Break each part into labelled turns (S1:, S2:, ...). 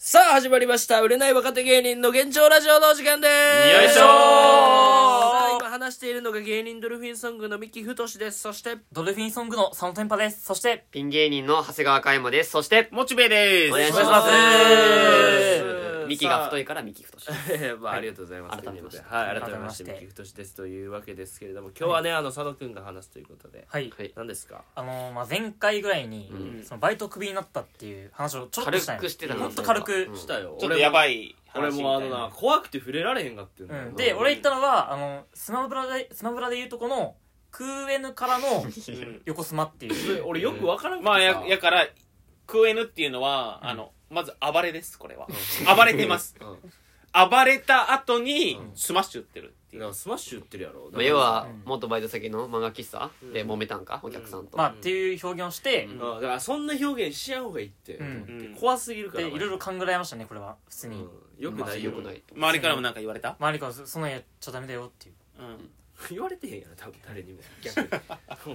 S1: さあ、始まりました。売れない若手芸人の現状ラジオのお時間です。
S2: よいしょー
S1: さあ、今話しているのが芸人ドルフィンソングの三木太志です。そして、
S2: ドルフィンソングの佐野天パです。そして、
S3: ピン芸人の長谷川嘉山です。そして、
S4: モチベです。
S3: お願いし
S2: お願
S3: ま
S2: い
S3: す
S2: し
S1: ます。
S3: ミキが太いからミキ太し。
S1: え ーまあ、ありがとうございます。
S3: 改めまして
S1: はい、改めまして、
S2: 改
S1: 三
S2: めまして
S1: 木太志ですというわけですけれども、今日はね、あの、佐野くんが話すということで。
S2: はい。
S3: はい
S1: 何ですか
S2: あのーまあ、前回ぐらいに、そのバイトクビになったっていう話をちょっとしたん
S3: 軽
S2: や
S3: くしてたな
S2: ほんと軽く
S3: うん
S1: し。たよ。
S4: ちょっとやばい
S1: 俺
S4: 話み
S1: も
S4: た
S1: あ
S4: い
S1: のな
S4: な。
S1: 怖くて触れられへんかっていう
S2: う
S1: のよ
S2: ん、で、俺言ったのは、あの、スマブラで、スマブラで言うとこの、クーエヌからの
S1: ん
S2: 横スマってい
S1: それ
S2: う。
S1: 俺よくわからんくてさ
S4: まあや、やから、クエヌっていうのは、あの、まず暴れです、これは。暴れてます。
S1: うん
S4: 暴れた後に
S1: う、
S4: スマッシュ打ってるって
S1: い
S4: いう。
S1: やスマッシュ売ってるやろ
S3: まあ要は
S2: うん、
S3: 元バイト先の漫画喫茶で揉めたんか、お客さんと。
S2: まあ、っていう表現をして、
S1: うんだからそんな表現しやんほうがいいって、
S2: うん
S4: うん
S1: 怖すぎるから
S2: で、いろいろ考えましたね、これは。普
S1: う
S2: 通に
S1: ん。よく
S3: ま
S1: な
S3: あ
S1: い
S3: 良くないいと。
S4: 周りからもなんか言われた
S2: 周りから、そそんなんやっちゃダメだよっていう。
S4: うん。
S1: 言われてへんやろ多分誰にも逆に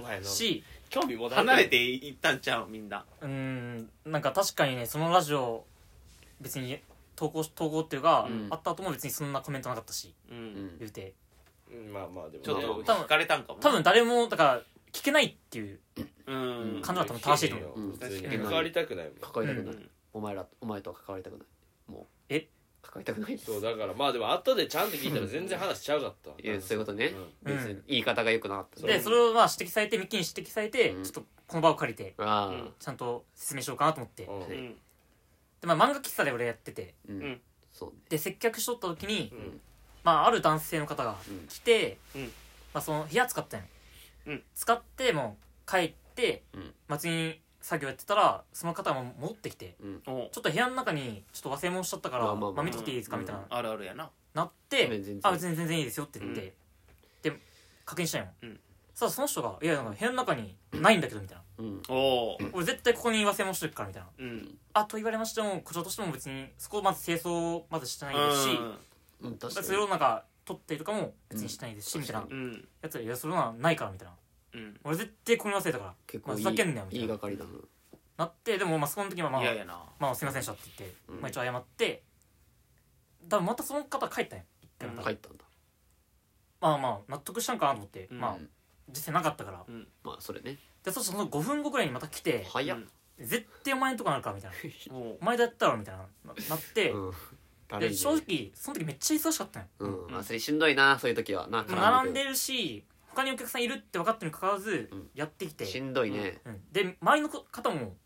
S1: お前の
S2: し、
S4: 興味持た離れていったんちゃうみんな。
S2: うーんなんか確かにねそのラジオ別に投稿し投稿っていうか、
S3: うん
S2: あった後も別にそんなコメントなかったし
S4: う。
S3: うんん
S2: 言うて
S1: うんまあまあでも
S4: ちょっと、
S1: ね
S4: 惹かれたんかも。
S2: 多分、誰もだから聞けないっていう
S4: うん。
S2: 彼女は多分正しいと思う
S1: 聞けへんよ普通に
S3: うん
S1: 関わりたくないもん
S3: 関わりた
S4: う
S3: くな
S4: ん
S3: い。お前ら、お前とは関わりたくない。もう。
S2: え
S3: 関わりたくないです。
S1: そうだからまあでも後でちゃんと聞いたら全然話しちゃうかった
S3: いやそういうことね
S2: うん
S3: 別に言い方が良くなかった。
S2: でそれをまあ指摘されてミッキーに指摘されて、
S3: うん
S2: ちょっとこの場を借りて
S3: あ
S4: うん
S2: ちゃんと説明しようかなと思って、
S1: うん
S3: は
S4: う
S3: い
S4: ん。
S2: で、まあ、漫画喫茶で俺やってて
S3: あ、うん
S4: うん
S3: そうね。
S2: で接客しとった時に、
S1: うん
S2: まあ、ある男性の方が
S3: うん
S2: 来て、
S4: うん
S2: まあ、その部屋使ったんよ、
S4: うん
S2: 使ってもう帰って、
S3: うん
S2: まあ次に作業やってたらその方が戻ってきて、
S4: おう
S2: ちょっと部屋の中にちょっと忘れ物しちゃったから、
S3: まあ
S2: まあ
S3: まあまあ
S2: 見てきていいですか
S3: うん
S2: みたいな、
S4: あるあるやな。
S2: なって、
S3: ね全然
S2: あ別に全然いいですよって言って、で確認したんよ、
S4: うん
S2: さあその人が「いやなんか部屋の中にないんだけど」みたいな
S3: うん。
S4: おう
S2: 「俺絶対ここに忘れ物してるから」みたいな
S4: うん。
S2: 「あ」と言われましてもこちらとしても別にそこをまず清掃をまずしてないですし、
S4: うん
S3: うん、確か
S2: まあ
S3: に
S2: それ。をなんか取ってとかも別にしてないですし、
S3: うん
S2: みたいな
S3: 確
S4: うん。
S2: やつら「いやそれはないから」みたいな
S4: うん
S2: 「俺絶対ここに忘れたから」
S3: 結構い
S2: まあふざけんなよみ
S3: い、
S2: たい
S3: い
S2: ない
S3: がかりだな。
S2: なってでもまあその時はまあ
S4: いやいやな。
S2: まあ、すいませんでしたって言って、
S3: うん
S2: まあ、一応謝って多分またその方帰ったんよ一回また、
S3: 帰ったんだ。
S2: まあまあ納得したんかなと思って、
S4: うん
S2: まあ実際なかったから
S4: うん。
S3: まあ、それね。
S2: でそしたらその5分後ぐらいにまた来て
S3: 早っ。
S2: 「絶対お前のとこなるから」みたい な
S4: おう
S2: 「お前だったろ」みたいなななって、
S3: うん。だるい
S2: で
S3: ね
S2: 正直その時めっちゃ忙しかったんよ
S3: うん、まあそれしんどいなそういう時はな絡
S2: 並ん
S3: く
S2: でるし他にお客さんいるって分かってるにもかかわらず
S3: うん
S2: やってきて、
S3: しんどいね
S2: うんで周りの方も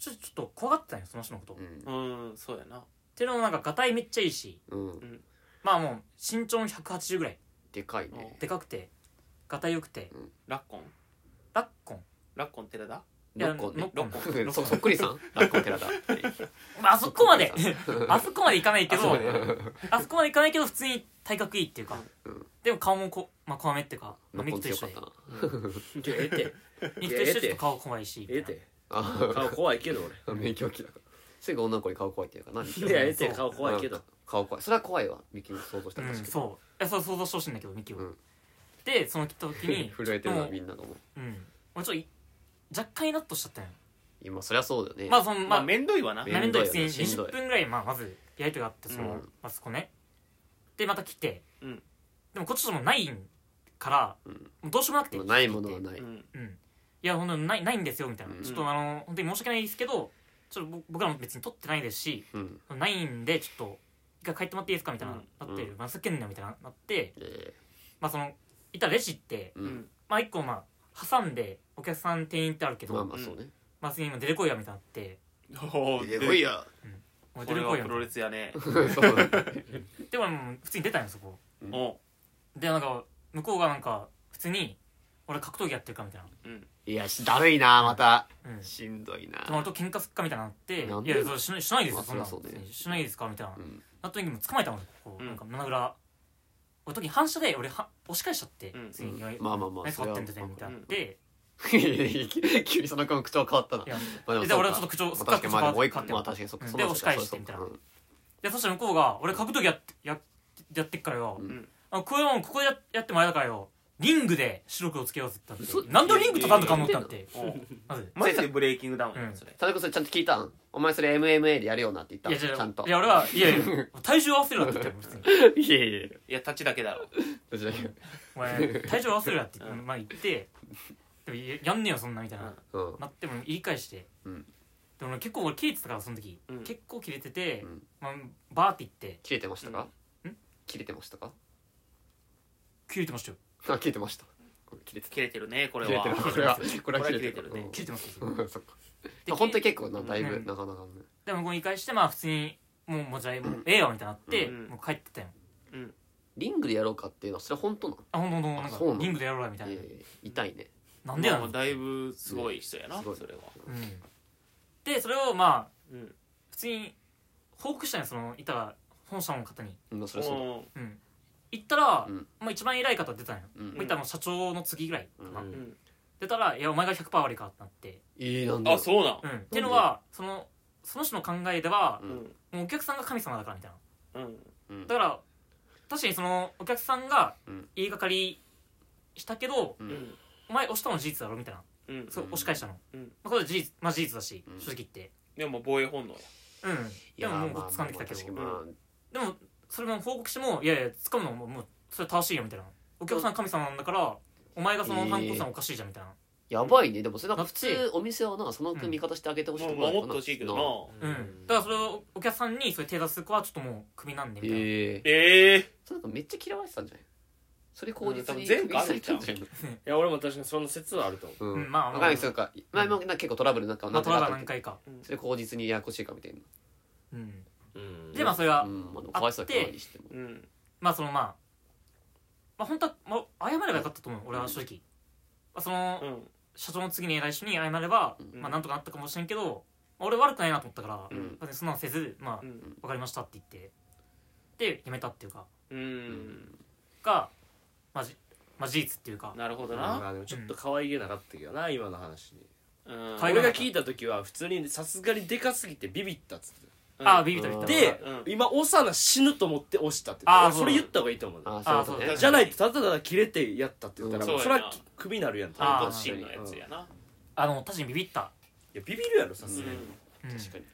S2: ちょちょっと怖がってたんよその人のこと、
S3: う
S2: っ
S3: ん
S4: うん、そうやな。
S2: ていうのもなんかがたいめっちゃいいし
S3: うん、
S2: まあもう身長も180ぐらい
S3: でかいね
S2: でかくてがたいよくて
S4: ラッコン
S2: ラッコン
S4: ラッコン寺田
S2: いや
S3: 六個ね
S2: 六
S3: 六
S2: 個
S3: 個 うんそそっくりさん六個寺田
S2: まああそこまであそこまでいかないけど
S3: そ
S2: あ
S3: うね
S2: そこまでいかないけど普通に体格いいっていうか、
S3: うん
S2: でも顔もこ、まあ、こわめっていうかミ
S3: 六
S2: キ
S3: 個強
S2: と一
S3: かっ
S2: 緒で
S3: たな
S1: うんいやええて
S2: ミキと一緒でちょっと顔怖いし
S1: ええて
S3: あ
S1: 顔怖いけど
S3: あ 免許期だからすぐ女の子に顔怖いっていうか何
S1: 俺いやええて顔怖いけど
S3: 顔怖いそれは怖いわミキの想像した
S2: う
S3: ら
S2: ん
S3: 確か
S2: そうえそう想像してほしいんだけどミキは、
S3: うん
S2: でその時
S3: に
S2: に
S3: 震えてるな
S2: もう
S3: みんながもう
S2: うん俺ちょっとい若干イラッとしちゃったんよ
S3: 今そりゃそうだよね
S2: まあその
S4: ま
S2: ま
S4: あ
S2: あ
S4: 面倒いわな
S3: め
S2: 何度
S3: 面
S2: 別
S3: 倒いよ
S2: に
S3: ねしんどい
S2: 20分ぐらいまあまずやりとりがあってその、
S3: うん
S2: まあそこねでまた来て、
S4: うん、
S2: でもこっちともうないから、
S3: うん
S2: もうどうしようもなくて
S3: まあないものはないう
S4: ん
S2: うん、いや本当にないないんですよみたいな、
S3: うん
S2: ちょっとあの本当に申し訳ないですけどちょっと僕僕らも別に取ってないですし
S3: うん
S2: ないんでちょっと一回帰ってもらっていいですかみたいな、
S4: うん
S2: なって
S3: う
S2: る、まあ、ふざけんなみたいななって、
S3: え
S2: まあ、そのいたレジって、
S3: ー
S4: う
S3: うんん
S2: まあ、一個まあ挟んでお客さん店員ってあるけど、
S3: まあ
S2: ま
S3: まあそうね
S2: あ、次今出てこいやみたいになって
S4: おー
S3: ごいや
S2: もう
S4: こ
S2: 出
S4: れ
S2: てこ
S4: はい
S2: やみ
S4: プロ
S2: たい
S4: レスやね
S3: そうだね
S2: なでももう普通に出たんよそこ
S3: うん
S4: おう
S2: でなんか向こうがなんか普通に俺格闘技やってるかみたい
S3: いやしだるいなまた
S2: な、うん、
S3: しんどいな
S2: で俺と喧嘩すっかみたいになって
S3: なん
S2: 「い
S3: で
S2: やそれしないしないですよ
S3: まあ
S2: そんな
S3: そりゃそうだよ
S2: のしないですか」みたいな
S3: うん
S2: なった時にもう捕まえたもんこう、
S4: うん
S2: なんか胸ぐら俺時に反射で俺は押し返しちゃって、
S4: うん
S2: 次に、
S3: まあまあまあ
S2: 何触ってんだぜ
S3: それは
S2: みたいになっ
S4: うん
S2: て、。
S3: 急にその子の口調変わったない
S2: や
S3: まあも
S2: で
S3: そうか
S2: 俺はちょっと口調
S3: まあ確かにまあでも追いか
S2: っ
S3: まあ確かにそっか
S2: うん
S3: そんな
S2: で押し返して
S3: そう
S2: み
S3: か
S2: たいな
S3: そうか
S2: でそしたら向こうが「俺格闘技やってややってっからよ、
S3: うん
S2: あこういうもんここでややってもあれだからよリングで白黒つけようぜって言ったんでなんでリングと単独買うのってなってなぜ
S4: マジでブレイキングダウンやんそれ
S3: 田中さんちゃんと聞いたんお前それ MMA でやるよなって
S2: い
S3: 言
S2: や
S3: った
S2: じゃ
S3: ちゃんと
S2: いや俺はいやいや体重合わせるなって言ったよ別に
S3: いやいやいや
S4: いや立ちだけだろ
S3: 私だけ
S2: お前体重合わせるなって言っ
S4: う
S2: て
S4: ん
S2: まあ言ってでもややんねえよそんなみたいな
S3: うん
S2: なっても言い返して、
S3: うん
S2: でも俺結構俺切れてたからその時、
S4: うん
S2: 結構切れてて、
S3: うん
S2: まあ、バーって言って
S3: 切れてましたか
S2: うんん
S3: 切れてましたか
S2: 切れてましたよ
S3: あ切れてましたこれ切れてた
S4: 切れてるねこれ
S3: 切れ
S4: は
S3: てるこれはこれは
S4: これは
S3: 切
S4: 切
S3: れ
S4: れ
S3: て
S4: て
S3: る
S4: るね
S2: 切れてますよ
S3: うんうんそっか
S2: で
S3: 本当に結構なだいうぶ
S2: ん
S3: なかなかね
S2: でもこう言い返してまあ普通にもうもうじゃあもうええよみたいになって、
S4: うん
S2: もう帰ってったよ
S3: リングでやろうかっていうのはそれ本当なの
S2: あほんとほんとなん
S3: あそうな
S2: か
S3: の
S2: リングでやろうよみたいな、
S3: いやいやいや痛いね
S2: なんでや
S4: ま
S2: の、
S4: あだいぶすごい人やな
S3: すごい
S4: それは
S2: うん、でそれをまあ
S4: うん
S2: 普通に報告したんよそのいた本社の方に
S3: うんまあそれそう
S4: おー
S2: うん行ったら、
S3: うん
S2: まあ、一番偉い方出たんよ、
S3: うん
S2: もういたらもう社長の次ぐらいかな、
S3: うん
S4: うん
S2: 出たら「いやお前が100%悪いか」ってなって
S3: ええなんだ
S4: あそうなん
S2: うん、っていうのはそのその人の考えでは
S3: う、
S4: うんん
S2: もうお客さんが神様だからみたいな
S4: うん
S3: うん
S2: だから確かにそのお客さんが
S3: うん
S2: 言いがかりしたけど、
S3: う
S4: うんん
S2: お前押したの事実だろみたいな
S4: うん
S2: そう
S3: うん
S2: 押し返したの、
S4: うん
S2: まあ、これは事実,、まあ、事実だし、
S3: うん
S2: 正直言って
S4: でも防衛本能や
S2: う
S3: い
S2: んで
S3: や
S2: ももう
S3: まあ
S2: 掴んできたけど、
S3: まあまあ確かにま
S2: でもそれも報告してもいやいや掴むのももうそれ正しいよみたいなお客さん神様なんだからお前がその反抗さんおかしいじゃんみたいな、
S3: あやばいねでもそれなんか
S2: だっ
S3: 普
S2: て
S3: 通お店はなその味方してあげてほし
S4: まあ
S3: く
S4: 守
S3: ない
S4: っ
S3: か
S4: てほしいけどな
S2: うんだからそれをお客さんにそれ手出す子はちょっともうクビなんでみたいな、
S3: ええ
S4: ええ
S3: それなんかめっちゃ嫌われてたんじゃないそれ口実に
S4: うん多分前科あ
S3: 首
S4: るんちゃう
S3: 切られたんじ
S5: いや俺も確かにその説はあると思
S3: ゃないうん
S2: うんまあまあ
S3: わかんないですなんか前もなんか結構トラブルなんか
S2: まあ、トラが
S3: なん
S2: 何
S3: かあっ
S2: 回か、
S3: たそれ口実にややこしいかみたいな
S2: うん、
S5: う、うん、
S2: でまあそれは、
S3: うんまあでもかわいそうだけど
S2: あって
S3: 何しても
S4: うん
S2: まあそのまあまあ本当は、まあ、謝ればよかったと思う俺は正直、まあ、その、
S4: うん
S2: 社長の次に偉い人に謝れば、
S3: うん
S2: まあなんとかなったかもしれんけど、まあ、俺悪くないなと思ったから、
S3: う
S2: ま
S3: ん
S2: あねそんなのせずまあ、わ
S4: うん
S2: かりましたって言ってでやめたっていうか
S4: うん
S2: が、まあじまあ、事実っていうか、
S4: なるほど
S5: なん
S4: な
S5: かでもちょっと可愛げなかったけどな、今の話に
S4: うん
S5: 俺
S2: 海外
S5: が聞いた時は普通にさすがにでかすぎてビビったっつって
S4: うん
S2: ああビビったビビ
S5: た
S2: った
S5: で、
S4: うん
S5: 今オサナ死ぬと思って押したって
S2: あー
S5: 俺
S2: そう
S5: それ言った方がいいと思うね
S3: ああ
S2: あ
S3: そ
S2: そうう
S3: だ
S4: だ
S3: ね
S5: じゃないとただただ切れてやったって言ったら、
S4: うん
S5: もうそれはクビになるやんってい
S2: あー
S4: 真のやつやな
S2: あの確かにビビった、
S5: やビビるやろさす
S4: う
S5: がに、
S4: ん
S2: うん
S3: 確かに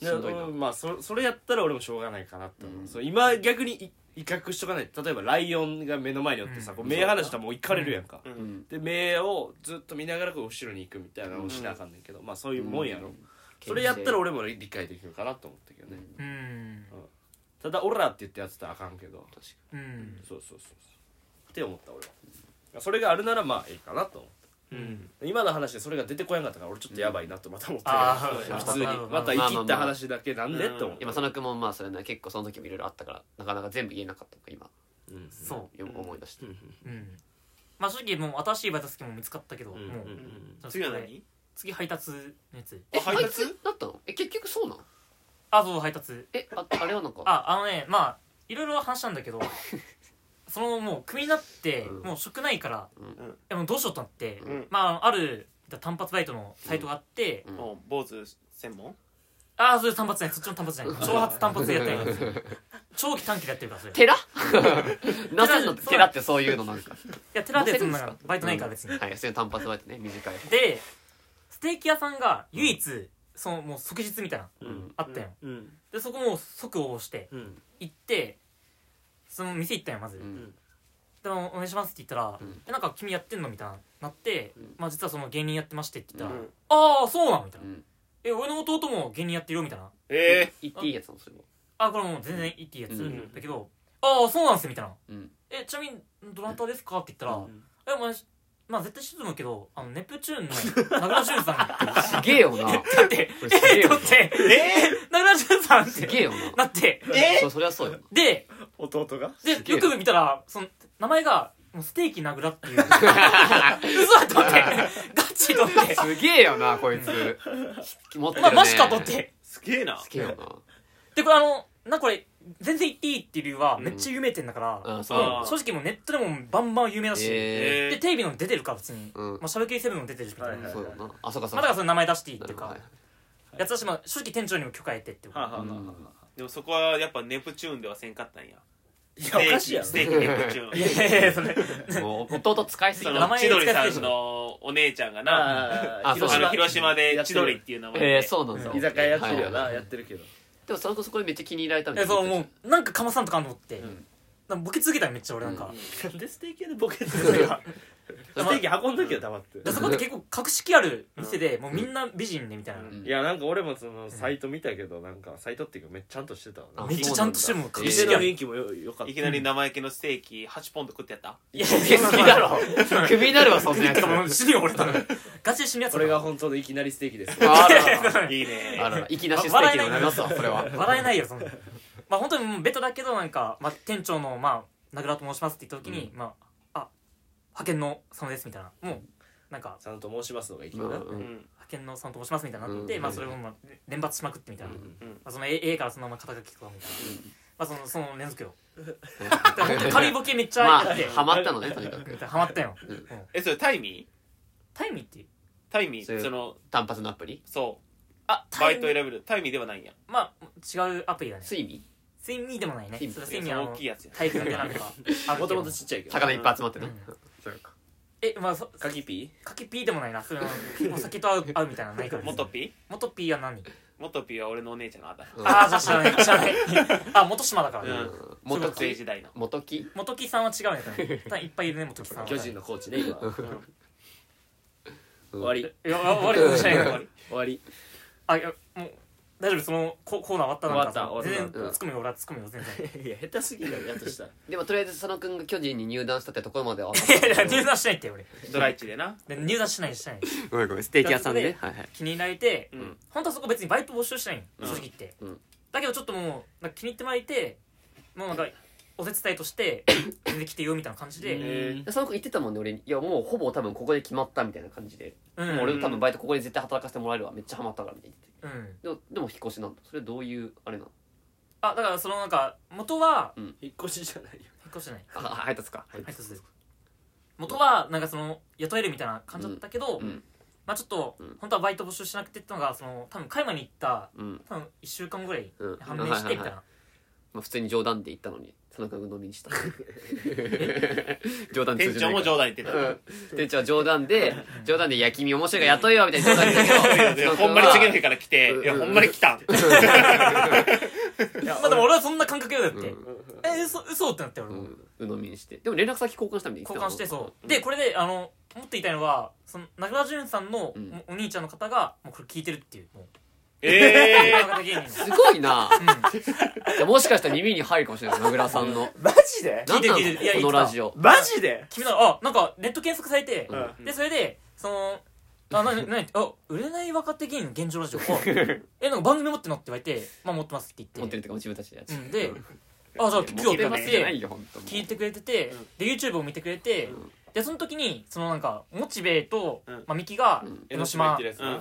S5: で
S3: しんどいな
S5: うんまあそそれやったら俺もしょうがないかなって思う、
S3: うん
S5: そう今逆にい威嚇しとかない例えばライオンが目の前におってさ、
S2: うん
S5: こう目離したらもう行かれるやんか、
S4: う
S3: うんん
S5: で目をずっと見ながらこう後ろに行くみたいなのをしなあかんねんけど、まあそういうもんやろ、
S3: うん
S5: それやったら俺も理解できるかなと思ったけどね、
S2: うん
S5: ただ「オラ」って言ってやってたらあかんけど
S3: 確か
S2: うん
S5: そうそうそうそうって思った俺はそれがあるならまあいいかなと思って
S4: うん
S5: 今の話でそれが出てこやんかったから俺ちょっとやばいなとまた思った
S2: あ
S5: けど、
S2: あ
S5: 普通にまた
S3: いい
S5: 生きった話だけなんでって思っ
S3: に
S5: た、
S3: 今佐野君もまあそれね結構その時もいろいろあったからなかなか全部言えなかったのか今
S5: うん
S2: そ
S3: よく思い出して
S2: ううんまあ正直もう新しいバイト先も見つかったけど、
S5: うん
S2: もう
S5: うん
S4: 次は何
S2: 次配達のやつ
S3: え
S4: あ配達
S3: あいつだったのえ結局そうなの
S2: あそう配達
S3: えああれはなんか
S2: ああのねまあいろいろ話したんだ けどそのもうクビになって、
S3: うん
S2: もう職ないから、
S3: うん
S2: えもうどうしようとなって、
S4: うん
S2: まあある単発バイトのサイトがあって、
S3: うん
S4: もう坊主専門
S2: ああそれ単発じゃないそっちの単発じゃない長発単発でやってるや つ長期短期でやってるからそれい
S3: 寺 なせんの寺ってそういうのなんか
S2: や寺でやってる
S3: 載せるん
S2: の
S3: です
S2: バイトないから別に、
S3: はいそれ単発バイトね短い
S2: でステーキ屋さんが唯一そのもう即日みたいなの
S5: うん
S2: あったよ、
S5: うん
S2: でそこもう即応募して
S5: うん
S2: 行ってその店行ったよまず、
S3: うん
S2: でもお願いしますって言ったら、
S3: うん
S2: えなんか君やってんのみたいななって、
S3: うん
S2: まあ実はその芸人やってましてって言ったら、
S4: うん
S2: ああそうなんみたいな、
S3: うん
S2: え俺の弟も芸人やってるよみたいな
S4: え
S3: 言っていいやつなのそれは
S2: あこれもう全然いいってやつ、
S3: うん
S2: だけどああそうなんすみたいな
S3: うん
S2: えちなみにどなたですかって言ったら、えお前まあ絶対知ってると思うけどあのネプチュー ンの名倉潤さんだ
S3: すげえよな
S2: って
S3: これすげえ
S2: えっ
S3: よな
S2: とって名倉潤さんっ
S3: すげえ
S2: て
S3: よな
S2: なって
S3: そそりゃそうよ
S2: で
S5: 弟が
S3: す
S2: で
S3: げえ
S2: よく見たらその名前がもうステーキ名倉っていう嘘だと思ってガチと思って
S3: なすげえよなこいつ持ってる
S2: まあ、
S3: ね
S2: マジかとって。
S4: すげえな
S3: すげえよ
S2: で、これあの、な、これ、全然言っていいっていう理由は、
S3: ん
S2: めっちゃ有名店だから、
S3: なうんそう
S4: あ
S3: な
S4: ー
S2: 正直もうネットでもバンバン有名だし、
S3: え
S2: で、
S4: え
S2: テレビの出てるから、普通に。
S3: うん
S2: まあ、しゃべくりセブンも出てるし、みた
S5: は
S2: いな。
S5: い
S3: え
S5: はい
S3: そうだなあそうか
S2: ま
S3: そ
S2: あ、
S3: う
S2: だから
S3: か
S2: その名前出していいっ
S3: な
S2: てい
S3: る
S2: う
S3: ほどは
S2: か
S3: い、
S2: やつだし、まあ、正直店長にも許可得てっていう
S5: はあ、は
S2: か。
S5: あはあ
S3: うん
S5: はあ
S4: でもそこはやっぱネプチューンではせんかったんやス
S5: やお
S4: テ
S5: かしいやろ
S4: ーキステーキゲット中の
S2: いやいやいやそれ
S3: もう弟使いす
S4: そ
S3: ぎ
S2: 名
S4: の
S3: た
S2: 前
S4: 千鳥さんのお姉ちゃんがな
S3: あ
S5: あ
S3: そう
S4: 広島広島で
S5: やってる
S4: 千鳥っていう名前で、
S3: えー、そうなんですよ
S5: 居酒屋やってるよ
S3: はい
S5: なやってるけど
S3: でもそれこそこれめっちゃ気に入られたん
S2: えそうもうなんかかまさんとかあんのって、
S3: ん
S2: なんかボケ続けたよめっちゃ俺なんか、
S5: なんでステーキ屋でボケてる
S2: それが
S5: ステーキ運んどきよ黙って
S2: でそこって結構格式ある店で、もうみんな美人でみたいな、
S3: ん
S5: いやなんか俺もそのサイト見たけどなんかサイトっていうかめっちゃちゃんとしてたわな
S3: あ
S2: めっちゃちゃんとしてるもん
S3: そうなんだ
S2: 格
S5: 店
S2: 式
S5: の雰
S2: ある
S5: 囲気もよよかった
S4: いきなり生意気のステーキ8ポンド食ってやった
S2: いや
S3: 好きだろクビになるわそん なや
S2: て
S3: つ
S2: かもう死ぬよ俺多分ガチで死ぬやつ
S5: これが本当のいきなりステーキです
S3: あら
S4: いいね
S3: あら息なしステーキでございますわそれは
S2: 笑えないよそんなまあ本当にもうベタだけどなんか、まあ、店長のまあ名倉と申しますって言った時に、まああ派遣の佐野ですみたいなもうなんか
S5: ちゃんと申しますのがいき
S3: うん
S5: なり
S4: う
S3: うん
S4: ん
S2: 派遣の佐野と申しますみたいになって、
S3: うん
S2: まあそれをまあ連発しまくってみたいな、
S3: うん
S2: まあ、その A, A からそのまま肩書きとかみたいな、まあそのその連 続よだから本当に軽いボケめっちゃ
S3: ま
S2: や
S3: あ
S2: って、
S3: ハマったのねとにかく
S2: ハマったよ、
S3: うん
S2: うん
S4: えそれタイミー
S2: タイミーっていう
S4: タイミ
S3: そうい
S4: ー
S3: う
S4: その
S3: 単発のアプリ
S4: そう
S2: あ
S4: バイト
S2: ミー
S4: 選べるタイミーではないんや
S2: まあ違うアプリだね
S3: 睡眠
S2: スイミーでもないね
S3: スイミー
S2: それ
S4: そ
S2: スイ
S4: の
S2: ミーはあ
S4: 大
S2: の
S4: きいやつや
S2: 大群でなんかあ る
S5: もと
S2: けど
S5: もとちっちゃいけど
S3: 魚いっぱい集まってね
S2: うん
S5: そうか
S2: えまあそ
S5: カキピ
S2: カキピーでもないなそれはお酒と合う合うみたいなのないから
S4: 元ピ
S2: 元ピーは何
S4: 元ピは俺のお姉ちゃんのあだ
S3: うん
S2: ああじゃあ知らない知らないあ元島だからね、
S4: うん
S3: 元
S4: 学生
S3: 木
S4: 時代の
S3: 元木
S2: 元木さんは違うね多分多分いっぱいいるね元木さん
S5: ー
S2: は
S5: 巨人のコーチね今終わり
S2: いや終わりかもしれない終わり
S5: 終わり
S2: あいやもう大丈夫そのココーナー終わったなんか
S5: 終わった終わ
S2: 全
S5: った
S2: 然突っ込むよ俺は突っ込むよ全然
S5: いや下手すぎるよやっと したら
S3: でもとりあえず佐野くんが巨人に入団したってところまでは分かった
S2: いやいや入団しないって俺
S4: ドライチでな
S2: で入団しないしない
S3: ごめんごめんステーキ屋さんでねはいはい
S2: 気に入られて、
S4: うん
S2: 本当はそこ別にバイト募集してないの
S4: ん
S2: 正直言って、
S3: うん
S2: だけどちょっともうなんか気に入ってもらえてもうなんかお手伝いとして出てきてよみたいな感じで、
S4: え
S3: 佐野くん言ってたもんね俺にいやもうほぼ多分ここで決まったみたいな感じで
S2: うん
S3: もう俺多分バイトここで絶対働かせてもらえるわめっちゃハマったからみたいな
S2: うん
S3: 言ってでもでも引っ越しなんだそれどういうあれなの
S2: あだからそのなんか元は
S5: 引っ越しじゃないよ
S2: 引っ越してない
S3: あ配達か
S2: はいそうです元はなんかその雇えるみたいな感じだったけど、
S3: うん
S2: まあちょっと
S3: うん
S2: 本当はバイト募集しなくてってのがその多分買いに行った
S3: うん
S2: 多分1週間ぐらい
S3: うん
S2: 判明してみたいな、
S3: まあ、普通に冗談で言ったのに田中君飲みにした冗談通
S4: 店
S3: じな
S4: 長
S3: い
S4: も
S3: から
S4: 冗談言ってた
S3: うん店長は冗談で冗談で「焼き身面白いから雇いよ」みたいな冗談言ったけど
S4: いやほんまに次の日
S3: か
S4: から来て
S3: うん
S4: いやほんまに来たん
S2: まあでも俺はそんな感覚よだって、
S3: うん
S2: え嘘嘘ってなって俺
S3: う
S2: も、
S3: ん鵜呑みにしてでも連絡先交換したみたいに
S2: 交
S3: 言っ
S2: 換
S3: て
S2: した
S3: も
S2: て
S3: ん
S2: そうでこれであのもっと言いたいのはその中田純さんの
S3: うん
S2: おお兄ちゃんの方がもうこれ聞いてるっていうもう
S4: ええ
S2: 中田芸人の
S3: すごいな
S2: うん
S3: いやもしかしたら耳に入るかもしれない野倉さんの
S5: マジで
S2: 聞
S3: 何
S2: いて
S3: な
S2: る
S3: の
S2: 聞いてるいや
S3: このラジオ
S5: マジで
S2: 君のあなんかネット検索されて
S3: う、ん
S2: でそれでそのあなななあ売れない若手芸人の現状ラ ジオあえなんか番組持ってんのって言われてまあ持ってますって
S3: 持
S2: 言
S3: っ
S2: ってて
S3: るとかも自分たちのやつ
S2: うんであじゃあ聞くよ
S3: 持
S2: っ
S3: ってて
S2: な
S3: ま
S2: っ
S3: すじゃな
S2: て
S3: いよ本当もう
S2: 聞いてくれてて、で YouTube を見てくれて、でその時にそのなんかモチベと、
S4: うん
S2: まあ、ミキが
S3: うん
S2: 江ノ島、
S5: 江ノ島行ってるや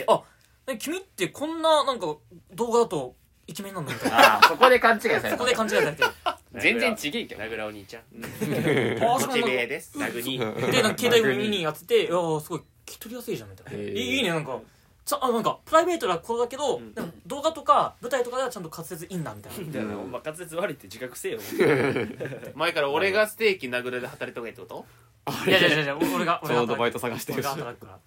S2: で、あ、ね君ってこんな、なんか、動画だと、イケメンなんだみたいな。
S3: ああそこで勘違いされ
S2: そ
S3: た
S2: こで勘違いされ て。
S3: 全然ちげえけ
S5: つな
S3: ど
S5: 名倉お兄ちゃん
S2: あ、そう
S4: モチ
S2: なんだ。
S4: ベ
S2: で、
S4: ですラグニー
S2: なんか携帯を耳に当てて、いやー、すごい、聞き取りやすいじゃん、みたいな。
S3: へー
S2: いいいいね、なんか。ちゃあなんかプライベートなことだけど、
S4: ん
S2: でも動画とか舞台とかではちゃんと滑舌いいんだみたいな
S5: みたいなお前滑舌悪いって自覚せえよ
S4: 前から俺がステーキ殴るで働いた方がいいってこと
S2: いやいやいやいや俺が俺が働く
S3: ト探し
S2: 俺が働くか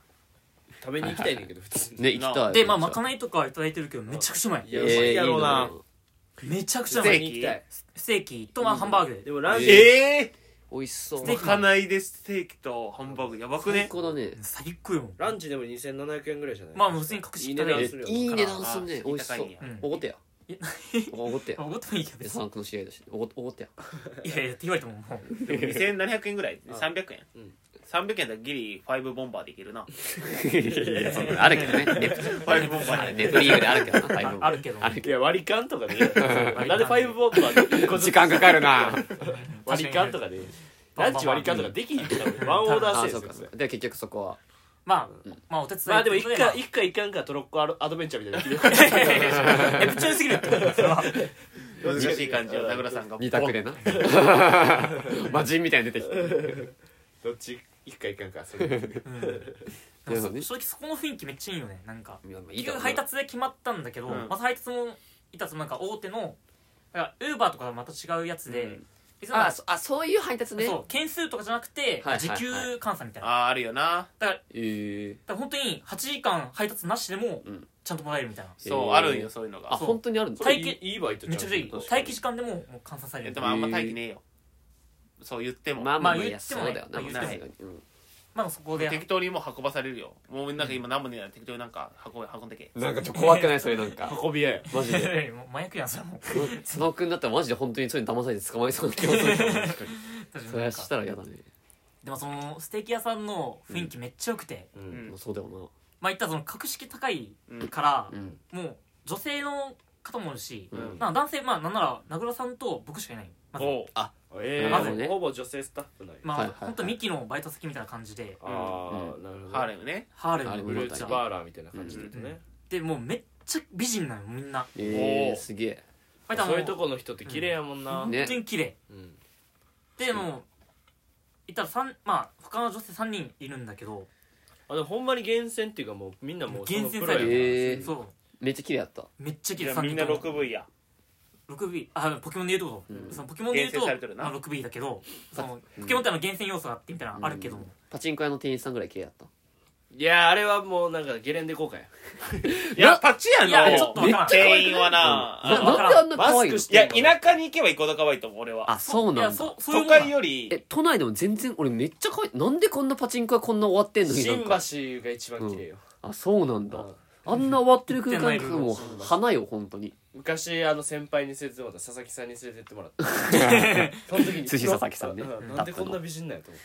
S5: 食べに行きたいねんだけど普通に
S3: ね行きた
S2: ら
S3: い
S2: でまあまかないとかいただいてるけどめちゃくちゃうまい
S5: いやうまいやろうな
S3: えーいいね
S2: めちゃくちゃう
S4: ス
S2: ま
S4: テ
S2: い
S4: ーキ
S5: 行きたい
S2: ステーキとまあハンバーグ
S5: でもラーメン
S4: ええ
S3: 美味しそう
S2: で
S4: まかないでステーキとハンバーグやばく
S3: 最
S4: ね
S3: 高だね
S2: 最高よもう
S5: ランチでも2700円ぐらいじゃない
S2: まあ普通に隠し
S5: いい
S2: て
S5: 値
S2: た
S5: 段
S2: ね
S5: するよ
S3: いい値段
S4: あ
S3: すんね
S4: あ
S3: 美味しそう
S4: 高いんや
S2: うん
S3: おごってや
S2: いや
S3: おごってや
S2: おごってもいいけど
S3: で
S2: 別
S3: サ
S2: に
S3: ンクの知り合いだしおご おごってや
S2: いやいやって言われてももう
S4: でも2700円ぐらい
S5: うん
S4: 300円
S5: うん
S4: 300円だったらギリファイブボンバーでいけるな
S3: いやそんなのあるけどねネプ
S4: ファイブボンバ
S3: あれ
S4: ー
S3: ネ
S4: で
S3: プリーグであるけどな
S2: ああるけど
S3: ある
S5: いや割り勘とかでいいよ
S2: 勘
S5: なんでファイブボンバーで
S3: 時間かかるな
S5: 割り勘とかでいいよランチ割り勘とかできひんけどワンオーダ
S3: あ
S5: ー
S3: あ
S5: 制
S3: そう
S5: です
S3: か
S5: よ
S3: そ
S5: そうれ
S3: かで結局そこは
S2: まあまあお手伝い
S5: まあでも一
S2: という
S5: 回
S2: こ
S5: 一回いかんかトロッコアロアドベンチャーみたいな
S2: とでまあいやいやいやネプチューンすぎるってそれは
S4: 難しい感じを名倉さんが
S3: 二択でな魔人みたいに出てきて
S5: どっち一回いかんかそれ
S3: でもね
S2: 正直そこの雰囲気めっちゃいいよねなんか
S3: いやまあいい
S2: 結
S3: だろう
S2: 局
S3: な
S2: 配達で決まったんだけど
S4: うん
S2: まず配達もいたそのなんか大手のだからウーバーとかはまた違うやつで、
S3: うん
S2: 別にな
S3: あ
S2: んか
S3: そあそういう配達ね
S2: そう件数とかじゃなくて、
S3: はいはいはい
S2: 時給換算みたいなだか
S4: あーあるよな
S3: ええ
S2: ら本当に8時間配達なしでも
S3: うん
S2: ちゃんともらえるみたいな、
S4: そう、
S3: えー
S4: あるんよそういうのが
S3: あ
S2: そう
S3: 本当にあるんだ
S2: 待機
S5: いいバイト
S2: めちゃくちゃいい
S5: 確かに
S2: 待機時間でももう換算され
S4: いや
S2: る
S4: でもあんま待機ねえよそう言っても、
S3: まあまあまあ
S2: ま
S3: い
S2: あ言
S3: や
S2: って
S3: そう
S2: もね
S3: だよな
S2: ま
S4: あ
S3: さす
S4: 言
S3: がにうん
S2: まあそこで
S4: 適当にもう運ばされるよもうなんか今何もねえな適当になんか運べ運んでけ
S3: なんかちょっと怖くないそれなんか
S5: 運び屋や
S3: マジ で
S2: もう麻薬やんそれも
S3: 佐野くんだったらマジで本当にそういうの騙されて捕まりそうな気がする
S2: 確か
S3: それ
S2: にな
S3: は
S2: んか
S3: したら嫌だね
S2: でもそのステーキ屋さんの雰囲気めっちゃ良くて、
S5: う
S4: うんん
S3: そうだよ
S2: まあいったらその格式高いから
S3: な、うん
S2: もう女性の方もいるし、
S3: うん
S2: まあ男性まあなんなら名倉さんと僕しかいないまず
S4: おう
S5: え
S2: なるほ
S3: どね
S5: ーほぼ女性スタッフなんや
S2: まあ、
S3: はいはいはい
S2: ほんとミキのバイト先みたいな感じで
S5: ああなるほど
S4: ハーレムね
S2: ハーレムの
S5: フルーツバーラーみたいな感じでね
S2: でもうめっちゃ美人なのみんな
S3: ええ
S4: おー
S3: すげえ
S2: まあ
S5: そうい
S2: いうった
S5: と
S2: らも
S5: この人って綺麗やもんな
S2: う
S3: ね
S2: 本当に綺麗
S5: うん
S2: でもういったら三まあ他の女性3人いるんだけど
S5: あでもほんまに厳選っていうかもうみんなもうその
S2: 厳選
S5: プ
S2: さ
S5: ロ
S2: れ
S5: や
S2: て
S5: か
S2: る
S5: ら
S3: へえ
S2: そう
S3: めっちゃ綺麗やった
S2: めっちゃ綺
S4: い
S2: 麗
S4: や
S2: 3
S4: み
S2: 人
S4: んな
S2: とも
S4: 6V や
S2: 6B あポケモンで言うとこ、
S3: うん
S2: そのポケモンで言う
S4: 厳選
S2: と
S4: されてるな
S2: あ 6B だけどその
S3: うん
S2: ポケモンってあの厳選要素があってみたいなのあるけども、
S3: うんパチンコ屋の店員さんぐらい綺麗やった
S5: いやーあれはもうなんかゲレンデ公 開や
S4: いやパチや
S2: いや
S4: の
S2: ちょっとわからん
S4: 店員はな
S2: うん
S4: あ
S3: な
S4: の
S3: なんであんな可愛いの
S5: マスクし
S4: いや田舎に行けば行くほど可愛いと思う俺は
S3: あそう
S2: い
S3: な
S2: や
S3: んだ
S2: そそういう
S4: 都
S2: もんな
S4: 会よ
S3: え
S4: り
S3: 都内でも全然俺めっちゃ可愛いなんでこんなパチンコ屋こんな終わってんのにな
S5: 新
S3: ん
S5: 橋
S3: か
S5: が一番綺麗よ、
S3: あそうなんだ
S5: うん
S3: あんな終わってる空間がもう
S5: 店内の
S3: 花よ本当に
S5: 昔あの先輩に連れてってもらった佐々木さんに連れてってもらったその時に
S3: 寿司佐々木さんね
S5: うなんでこんな美人なんやと思っ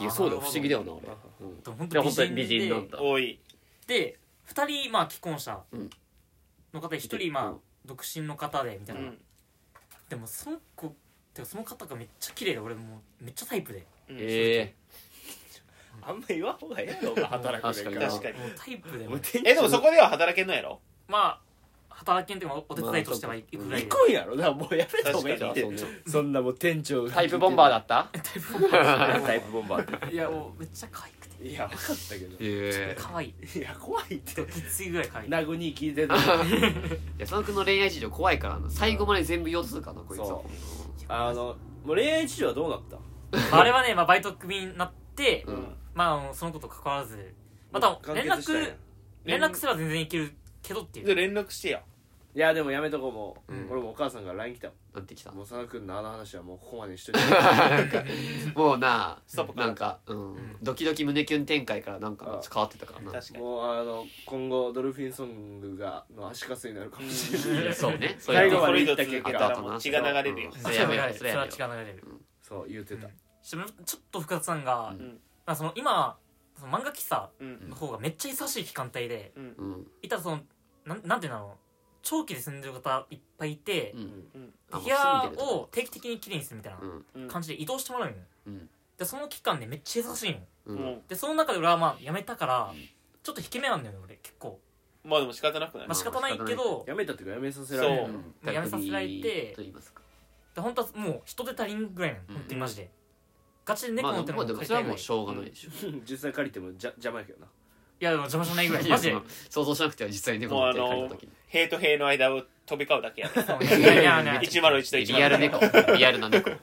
S3: いやそうだよ不思議だよな
S5: た
S3: 俺うんいや
S2: 本当美
S3: 本当に
S2: 人
S3: 美
S2: で
S3: 人なんだ
S4: 多い
S2: で2人まあ既婚者
S3: うん
S2: の方で1
S3: うん
S2: 人まあ独身の方でみた
S4: う
S2: いな、
S4: ん
S2: でもその子てかその方がめっちゃ綺麗で俺もうめっちゃタイプで
S3: え
S4: あんま言わんほうがええやろお前働く
S3: 確かにな
S4: 確かに
S2: もうタイ プで
S5: お
S2: も
S5: 前店長
S4: えでもそこでは働けんのやろ
S2: まあ働けんでもお手伝いとしてはいくぐら
S5: 離
S2: いで、
S5: 婚やろだからもうやめた方がいい
S4: 確
S5: よ
S4: か
S3: にそう
S5: そんなもう店長が
S3: えタイプボンバーだっ た
S5: タイプボンバー
S2: いやもうめっちゃ可愛くて
S5: いや分かったけど
S3: え
S2: 可愛い
S5: いや怖いって
S2: きついぐらい可愛い
S5: 名古に聞いてた
S3: いや佐野君の恋愛事情怖いからな最後まで全部言おうとするからなこいつは
S5: そあのもう恋愛事情はどうなった
S2: まああれはね、まあ、バイト組になって、
S3: うん
S2: まああのその子と関わらずまた
S5: 完
S2: 連
S5: 結したんや
S2: 絡連絡すら全然いけるけどっていう
S4: で連絡してや
S5: いやでもやめとこうもう、
S3: うん
S5: 俺もお母さんから LINE 来たも
S3: なんてきた
S5: んもう佐野君のあの話はもうここまでにしといて
S3: もうな
S4: ストップか
S3: なんかうんドキドキ胸キュン展開からなんか変わってたからな
S4: 確かに
S5: もうあの今後ドルフィンソングがの足かせになるかもしれない
S3: そう ねそう
S5: 最
S3: い
S5: 後
S3: う
S5: ま
S3: の
S5: で
S4: 言った結果
S3: あとあと
S4: も
S3: な
S4: う血が流れるよ
S3: うんそ
S2: それ
S3: れ
S2: は
S3: や
S2: 違
S3: め
S2: う
S3: ろ
S2: 流れる
S3: それ
S2: それ
S3: やめろ
S2: は違う流れる
S5: そう言うてた、
S2: ちょちょっと深津さんが、
S3: うん
S2: まあ、その今その漫画喫茶
S4: うん
S2: の方がめっちゃ優しい期間帯で
S4: うん
S3: うん
S2: いたらそのなんなんていうの長期で住んでる方いっぱいいて
S3: う、んあ
S2: 部屋を定期的にきれいにするみたいな
S3: うん
S4: うん
S2: 感じで移動してもらうのよ、
S3: うん
S2: でその期間でめっちゃ優しいの
S3: う
S4: うんん
S2: でその中で俺はまあ辞めたから、ちょっと引け目なんだよね俺結構、
S4: まあでも仕方なくない
S2: まあ、仕方ないけど、
S5: やめたっていうかやめさせられ
S4: そ
S5: る
S4: う
S2: もうやめさせられて
S3: と言いますか
S2: で本当はもう人手足りんぐらいなの本当にマジで、ガチで
S3: ま
S2: 猫
S3: あ
S2: の
S3: で
S2: 手
S3: も
S2: の
S3: で
S2: 借
S3: も
S2: り
S3: それはい
S2: たぐ
S3: も
S2: ら
S3: う
S2: い
S3: しょうがないでしょ
S5: 実際借りてもじゃ邪魔やけどない
S2: やでも邪魔じゃないぐらい
S3: い
S2: マ
S3: や
S2: ジで
S3: その想像しなくては実際に猫
S4: も
S3: の
S4: うあ
S3: 手借り
S4: の
S3: た時に
S4: 塀と塀の間を飛び交うだけやね
S2: いやいやいや
S4: 101と102
S3: リアル猫リアルな猫
S2: だ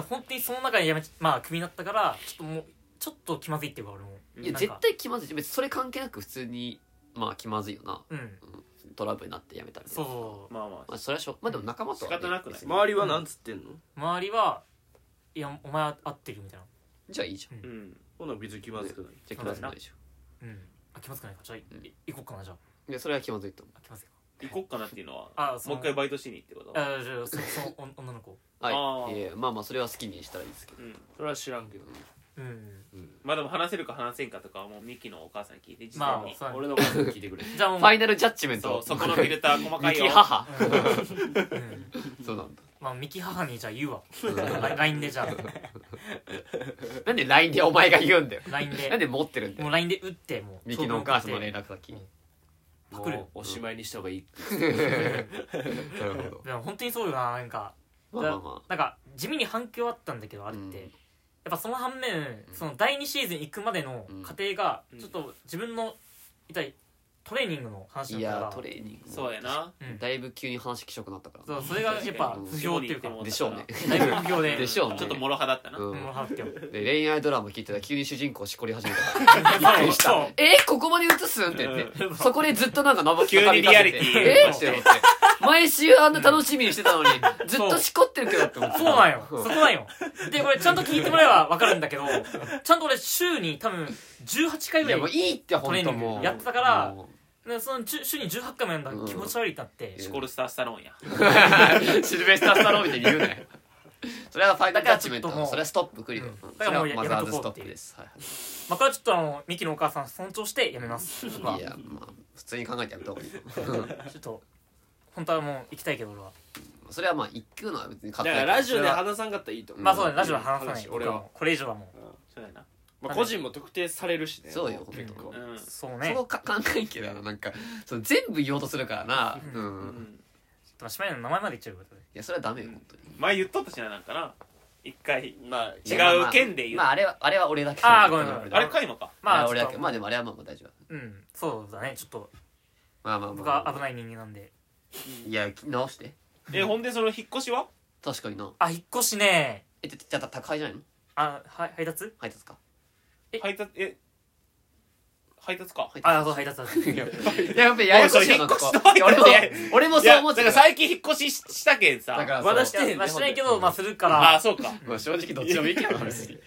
S2: から本当にその中でやめちまあクビになったからちょっともうちょっと気まずいっていうか俺も
S3: いや
S2: なんか
S3: 絶対気まずいし別にそれ関係なく普通にまあ気まずいよな
S2: うん
S3: トラブルになってやめたり
S2: そう
S3: ま
S2: そう
S4: まあまあ
S3: あそれはしょうまあでも仲間とはね
S4: 仕方なくない
S3: 別に
S5: 周りはなんつってんの、
S2: 周りはいやお前は合ってるみたいな
S3: じゃあいいじゃん
S4: うん
S5: ほな別に気まずくない、
S3: じゃあ気まずくないでし
S2: うんあ気まずくないかじゃあい
S3: うん
S2: い行こうかなじゃあ
S3: ょいやそれは気まずいと思
S2: あ気まずいか
S4: 行こっかなっていうのは
S2: あそ
S4: も
S2: の
S4: う一回バイトしに行ってこと
S2: あじゃあそそのお女の子
S3: うは
S4: あ
S3: い
S4: ー
S3: いやいやまあまあそれは好きにしたらいいですけど
S4: うん
S5: それは知らんけど、
S2: うん
S5: うん
S4: まあでも話せるか話せんかとかはもうミキのお母さんに聞いて実際
S2: まあ
S4: に
S2: そう
S5: 俺のこと聞いてくれ
S2: じゃあもう
S3: ファイナルジャッジメン
S4: そ
S3: ト
S4: うそこのフィルター細か
S3: ミ
S4: い
S3: キ
S4: よ
S3: 母
S2: うん
S3: そうなんだ
S2: まあミキ母にじゃあ言うわ LINE でじゃあ
S3: なんで LINE でお前が言うんだよ
S2: LINE
S3: なん
S2: で
S3: で持ってるんだ
S2: もう
S3: よ
S2: LINE で打ってもう
S3: ミキのお母さんの連
S2: ね
S3: 絡先
S2: パクる
S5: もうおしまいにした方がいい
S3: なるほど
S2: でも本当にそうよななんか
S3: まあまあま
S2: なんか地味に反響あったんだけどあれっ
S3: うん
S2: てやっぱその反面その第2シーズン行くまでの過程が
S4: うん
S2: ちょっと自分のいたいトレーニングの話
S3: い
S2: だった
S3: や
S2: ら
S3: トレーニング
S4: そうやな
S2: うん
S3: だいぶ急に話きしょくなったから
S2: そうそれがやっぱ不評っていうか
S4: うん
S3: でしょうね
S2: だいぶ不評で
S3: でしょうね
S4: ちょっともろ派だったな、
S3: う
S2: うん
S3: ん
S2: もらっても
S3: で恋愛ドラマ聞いてたら急に主人公しこり始めたから
S2: そうそう
S3: えここまで映すんって言って、そこでずっとなんか生
S4: 急にリアリティ
S3: えって思って毎週あんな楽しみにしてたのにずっとしこってるけどって思って
S2: そうなんよ。そこなんよ。で、これちゃんと聞いてもらえばわかるんだけど、ちゃんと俺週に多分18回
S3: い
S2: ぐ
S3: や
S2: らい
S3: もういいって本当もう
S2: やってたから
S3: も
S2: ねその週週に18回もやるんだ
S3: うん
S2: 気持ち悪いってなって。
S4: シコルスタースタローンや
S3: う シルベスター・スタローンみたいに言うなよそれはファイターキャッチメント
S2: だからちょっともう
S3: それはストップクリだ、
S2: うん
S3: それは
S2: だからもうや
S3: マザーズ
S2: やめとこう
S3: ストップです、はい
S2: まあ、これはちょっとあの、ミキのお母さん尊重してやめます。まあ
S3: い、やまあ普通に考えてやめた方がいいよ
S2: ちょっと、本当はもう行きたいけど俺は。
S3: それはまあ行くのは別
S5: だ
S3: に勝
S5: か
S3: 手
S5: ら
S3: だ
S5: ラジオで話さんかったらいいと思う
S2: まあそうだね、ラジオは話さない。
S5: 俺は、
S2: これ以上はも
S4: そうやな
S5: まあ、個人も特定されるしね
S3: そうよ
S5: 結構
S4: うん
S2: う。そう
S3: そ
S2: ね。
S3: のか考えんけどななんかその全部言おうとするからなう、
S2: うん
S4: うん
S2: まあ、姉妹の名前まで言っちゃうことで。
S3: いやそれはダメよ本当に
S4: 前言っとったしななんかな一回
S5: まあ
S4: 違う県で言う
S3: まあ、まあ、あれはあれは俺だけ
S2: あーごめんごめん
S3: 俺だ
S4: あ
S3: け
S4: れカイマか
S3: まあ
S2: まあ、
S3: 俺
S2: ちょ
S3: だ
S2: っ
S3: け
S2: と
S3: まあでもあれはまあまあ大丈夫
S2: うん、そうだね。ちょっと、
S3: まあまあ
S2: 僕
S3: まあ、
S2: は
S3: ま
S2: 危ない人間なんで。
S3: あ、いや直して
S4: えほんでその引っ越しは
S3: 確かにな
S2: あ、引っ越しね。
S3: えじゃじゃあ宅配じゃないの
S2: あ、はい、配達
S3: 配達か
S2: え
S4: 配達え配達か
S3: 配達
S2: あ、そう、配達だ。
S3: い ややっぱややこしいな
S4: おいそ
S3: こ
S4: れ引っ越しの
S3: 俺も
S4: いや
S3: 俺も
S4: い
S3: そう
S4: や
S3: 思
S4: だ
S3: っ
S4: か
S3: てた
S4: ら
S3: から
S4: 最近引っ越しししたけんさ
S3: だから
S2: まだし
S3: そう
S5: い
S2: て、
S5: や
S2: まあ、しないけど、
S5: うん
S2: まあ、するか
S4: あ
S2: ら
S4: あ、そうか
S3: まあ正直どっちでもいいけどな別に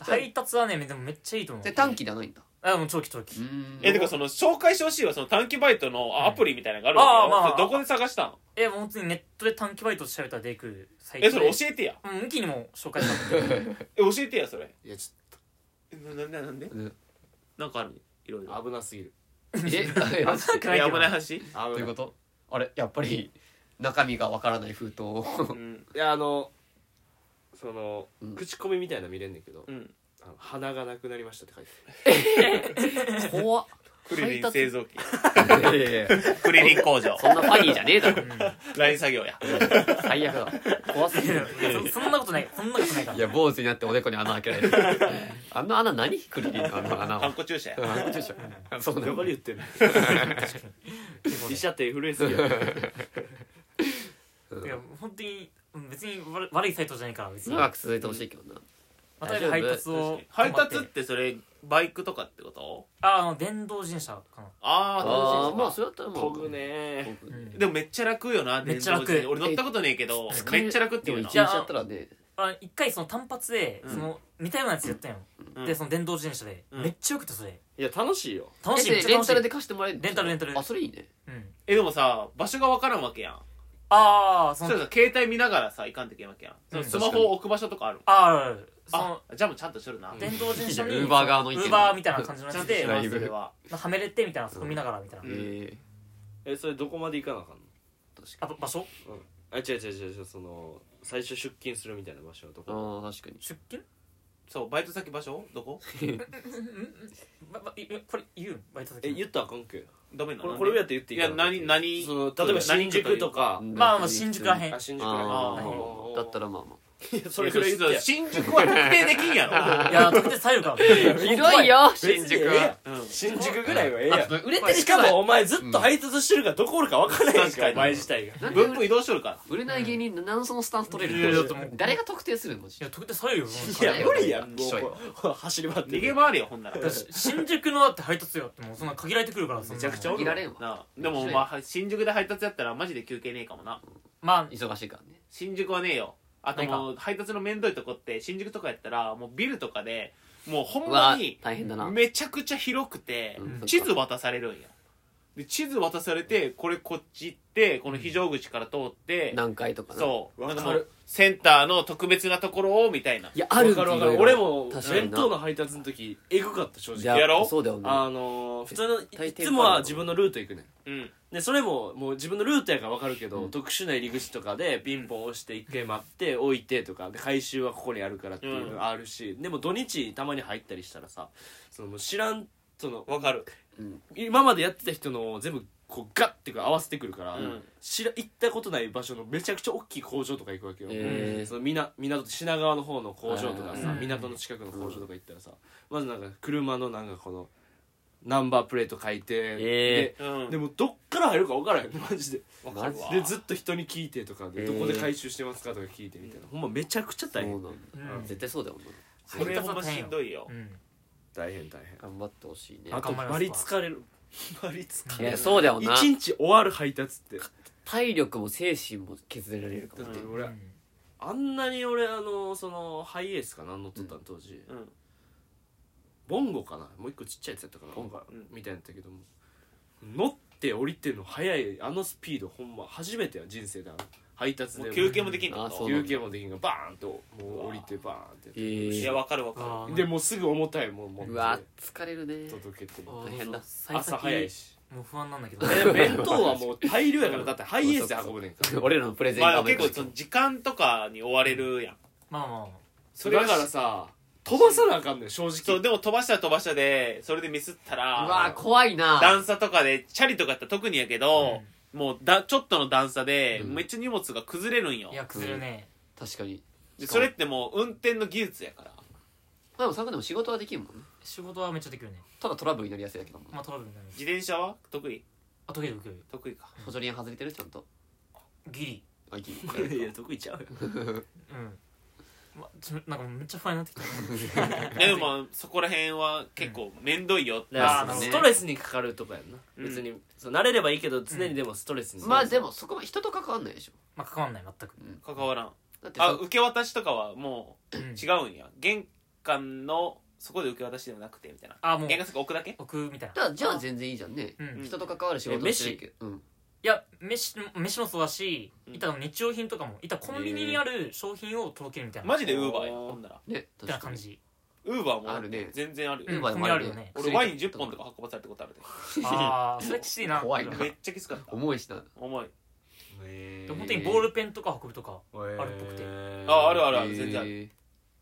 S2: 配達はね、でもめっちゃいいと思う
S3: で。短期じゃないんだ
S2: あ、もう長期長
S3: う
S2: 期。
S3: ん
S4: えてかその紹介してほしいわその短期バイトのあアプリみたいなのがある
S2: うんあーまあ
S4: わ
S2: まあ
S4: けよそれどこで探したん
S2: え、もう本当にネットで短期バイト調べたら出てくるサイトで。
S4: えそれ教えてや
S2: うん、向きにも紹介したんだけど。
S4: え教えてやそれ
S5: いやち
S4: えななななんで
S3: うん
S4: なんかあるいろい
S5: ょっと危なすぎる
S3: えマジで
S2: 危なくない
S4: や
S2: け
S4: 危
S2: ど
S4: ない。話
S5: 危ない
S3: どういうことあれやっぱり中身がわからない封筒を
S4: うん
S5: いやあのその、
S3: うん
S5: 口コミみたいなの見れんねんけど、
S4: うん
S5: あの鼻がなくなりましたって書いて
S3: 怖っ
S4: クリリン製造機
S3: いやいやいや
S4: クリリン工場
S3: そんなファニーじゃねえだろ
S4: ライン作業や
S3: 最悪だ怖すぎる
S2: そ そんなことない。そんなことないか
S3: い
S2: ら。
S3: や坊主になっておでこに穴開けられるあの穴何クリリンのあの穴
S4: ハ
S3: は
S4: ンコ注射や
S3: あのでしょそう
S5: あ
S3: な
S5: る
S3: の
S5: ばり言ってる
S2: ということで
S5: 医者って震えすぎ や
S2: いや本当にうん別に悪悪いサイトじゃないから別に
S3: 長く続いてほしいけどな
S2: また配達を
S4: 配達
S2: 頑
S4: っ
S2: 張って
S4: てそれバイクとかってこと
S2: ああの電動自転車かな
S4: あ
S3: あ
S4: あ
S3: あまあそれだったらも
S5: こ
S3: う
S5: ぐね
S3: こぐ
S2: うん
S4: でもめっちゃ楽よな
S2: めっちゃ楽
S4: 電動自転車俺乗ったことねえけど
S3: 使え
S4: めっちゃ楽っていう
S3: でも
S4: な
S3: 一日やったらね
S2: あ一回その単発で
S4: うん
S2: その似たようなやつやったんよ
S4: うん
S2: でその電動自転車で
S4: うん
S2: めっちゃよくてそれ
S5: いや楽しいよ
S2: 楽しいめ
S3: え
S2: っ
S3: で
S2: ちゃ
S3: レン
S2: 楽し
S3: タ
S2: い
S3: ルで貸してもらえる
S2: レンタルレンタル
S3: あそれいいね
S2: うん
S4: えでもさ場所が分からんわけやん
S2: ああそ
S4: そう
S2: の
S4: やさ携帯見ながらさいかんといけんわけやんそのスマホを置く場所とかある
S2: ああるそ
S4: あ
S2: の
S4: じゃあもうちゃんとしとるな
S3: うん
S2: 電動自転車に
S3: いいね Uber 側の意見
S2: ウーバーみたいな感じの
S4: ちゃ
S2: や
S4: ん
S2: つ
S4: とし
S2: で
S4: て
S3: だ
S4: ま
S3: い
S4: す
S3: ぶ
S4: それは
S2: まあはめれてみたいなそこ見ながらみたいな
S4: うん
S3: ええ
S5: えそれどこまで行かなあかんの
S2: あば場所
S5: あ違う違う違う違うその最初出勤するみたいな場所のとこ
S3: ああ確かに
S2: 出勤
S4: そうバイト先場所どこ
S2: ばばいこれ言うんバイト先
S5: え
S2: の
S5: 言ったらあかんけ
S4: ダメな
S5: これ
S4: の
S5: これやって言って
S4: い
S5: いいか
S4: や
S5: な
S4: 何何
S5: その例えば新宿とか
S2: まあまあ新宿らへん
S5: あ新宿
S3: あ
S5: ら
S3: あ
S5: へん
S4: ー
S5: うん
S3: だったらまあま
S5: いやそれくらい言ってや
S4: 新宿は特定できんやろ
S2: いや特定されるから
S3: あ
S2: ひ
S3: ひどいよ新宿
S5: 別にええや
S3: は
S4: うん
S5: ん新宿ぐらいはええやん
S3: あ売れて
S5: で
S3: る
S5: し
S3: 人
S5: か
S3: が
S5: もお前ずっと配達してるからどこおるか分からないん
S4: 確か
S5: か
S4: に
S5: お前自体が
S3: なんで
S4: 分布移動しとるから
S3: 売れない芸人何そのスタンス取れ
S2: いやい
S3: る
S2: や
S3: の
S2: だってもう
S3: 誰が特定するのマジ
S2: いや特定されるよもう
S5: いや無理やん
S3: きしょい
S5: もう走り回って
S4: 逃げ回れよほんなら
S2: だし新宿のだって配達よってもうそんな限られてくるからめ
S4: めちゃくちゃお
S3: い
S4: る
S3: られんわ
S4: なあでもまあ新宿で配達やったらマジで休憩ねえかもな
S2: まあ
S3: 忙しいからね
S4: 新宿はねえよあともう配達のめんどいとこって新宿とかやったらもうビルとかでもうほん
S3: う
S4: ま
S3: わ
S4: に
S3: 大変だな
S4: めちゃくちゃ広くて
S3: うん
S4: 地図渡されるんやで地図渡されてこれこっち行ってこの非常口から通って
S3: 何回とかな
S4: そう
S5: わか
S4: な
S5: る
S4: んかもうセンターの特別なところをみたいない
S3: やある
S5: わかるわかる
S3: いろい
S5: 俺
S3: ろ
S5: も
S3: 確かにな
S5: 弁当の配達の時エグかった正
S3: いや
S5: 直
S4: やろ
S3: そうだよね
S5: あのー普通のいつもは自分のルート行くねん
S4: うん
S5: でそれももう自分のルートやから分かるけど、
S3: うん
S5: 特殊な入り口とかでピンポン押して一回待って置いてとかで回収はここにあるからっていうのがあるし、でも土日たまに入ったりしたらさそのもう知らんその
S4: わかる
S5: 今までやってた人のを全部こうガッてこう合わせてくるから、
S4: うん
S5: 知ら行ったことない場所のめちゃくちゃ大きい工場とか行くわけよ、
S3: え
S5: そのみな港って品川の方の工場とか
S3: はい
S2: はい
S5: さ
S2: はい
S5: 港の近くの工場とか行ったらさまずなんか車のなんかこのナンバープレート書いて、
S1: え
S4: うん
S5: ででもどっから入るか分からへん マジで
S4: わかるわ
S5: でずっと人に聞いてとかで、
S3: えー
S5: どこで回収してますかとか聞いてみたいなほんまめちゃくちゃ
S3: そう
S5: 大
S3: な
S5: 変
S3: んだ
S2: うん
S3: 絶対そうだよな
S4: それほんましんどいよ
S2: うん
S5: 大変大変
S3: 頑張ってほしいね
S5: あと
S2: 頑張ります
S5: バリ疲れる バリ疲
S3: い
S5: れ
S3: や
S5: る
S3: そうだよな
S5: 一日終わる配達ってだ
S3: 体力も精神も削れられるか
S5: っ
S3: らね
S5: て
S2: う
S5: 俺
S2: ん
S5: あんなに俺あのそのハイエースかな乗っとったの当時、
S4: うん
S5: ボンゴかなもう一個ちっちゃいやつやったかなボンゴ
S4: うん
S5: みたいなやったけども乗って降りてんの早いあのスピードほんま初めてや人生だ配達
S4: も
S5: で
S4: う休憩もできんの
S3: あそう
S5: 休憩もできんがバーンともう降りてバーンって
S3: えー
S4: いやわかるわか
S2: あー
S5: でもうすぐ重たいもん持って
S3: うわ疲れるね
S5: 届けて
S2: あー
S3: 大変だ
S2: そう幸先
S5: 朝早いし
S2: もう不安なんだけど
S5: え弁当はもう大量やからだ ってハイエースで運ぶねんから
S3: 俺らのプレ
S4: る
S3: ゼン
S4: ま
S3: が
S4: あ結構その時間とかに追われるやん
S2: まあま
S5: それだからさ飛ばさなあかんねん正
S4: そう
S5: 直
S4: でも飛ばしたら飛ばしたでそれでミスった
S3: うわ
S4: ら
S3: 怖いな
S4: 段差とかでチャリとかやったら特にやけ
S2: あ
S4: ど
S2: ま
S4: もうだちょっとの段差で
S3: うん
S4: めっちゃ荷物が崩れるんよ
S2: あいや崩れるね
S3: 確かに
S4: でそれってもう運転の技術やから
S3: まあでも坂でも仕事はできるもんね
S2: 仕事はめっちゃできるね
S3: ただトラブルになりやすいだけだもん
S2: まあトラブルになる
S4: 自転車は得意
S2: あ時々得意
S4: 得意か
S3: 補助輪外れてるちゃんと
S2: ギリ
S3: あいい
S5: いや得意ちゃうよ
S2: うんまちょなんかめっちゃ不安になってき
S4: えでもまあそこら辺は結構面倒いよって
S5: だから
S2: あーなるほど
S5: ス
S2: ね
S5: トレスにかかるとかやんな、
S4: うん
S5: 別にそう慣れればいいけど常にでもストレスに、
S3: まあでもそこは人と関わんないでしょ
S2: まあ関わんない全く
S4: 関わらん
S3: だって
S4: あ
S3: さ
S4: 受け渡しとかはも
S2: うん
S4: う違うんや玄関のそこで受け渡しではなくてみたいな
S2: あもう
S4: 玄関先置くだけ
S2: 置くみたいな
S3: だからじゃあ全然いいじゃんね
S2: うん
S3: 人と関わる仕事をしてるけどうん
S2: いや飯飯もそうだし
S4: うん
S2: いた日用品とかもいたコンビニにある商品を届けるみたいな
S4: マジでウーバーや
S5: あー
S4: ほんなら
S3: ね
S2: み
S3: 確
S2: たいな
S3: か
S2: 感
S3: に
S2: じ
S4: ウーバーも
S3: あるね
S4: 全然あるよ
S2: う
S3: ウ
S2: ん
S3: ーバーでもあるよね
S4: 俺ワイン10本とか運ばされたことあるで
S2: ああそれきついな
S3: 怖いな
S4: めっちゃきつかった
S3: 重いしな
S4: 重い
S5: へ
S2: で
S5: ー
S2: 本当にボールペンとか運ぶとかあるっぽくて
S5: へー
S4: ああるあるある全然ある
S3: 然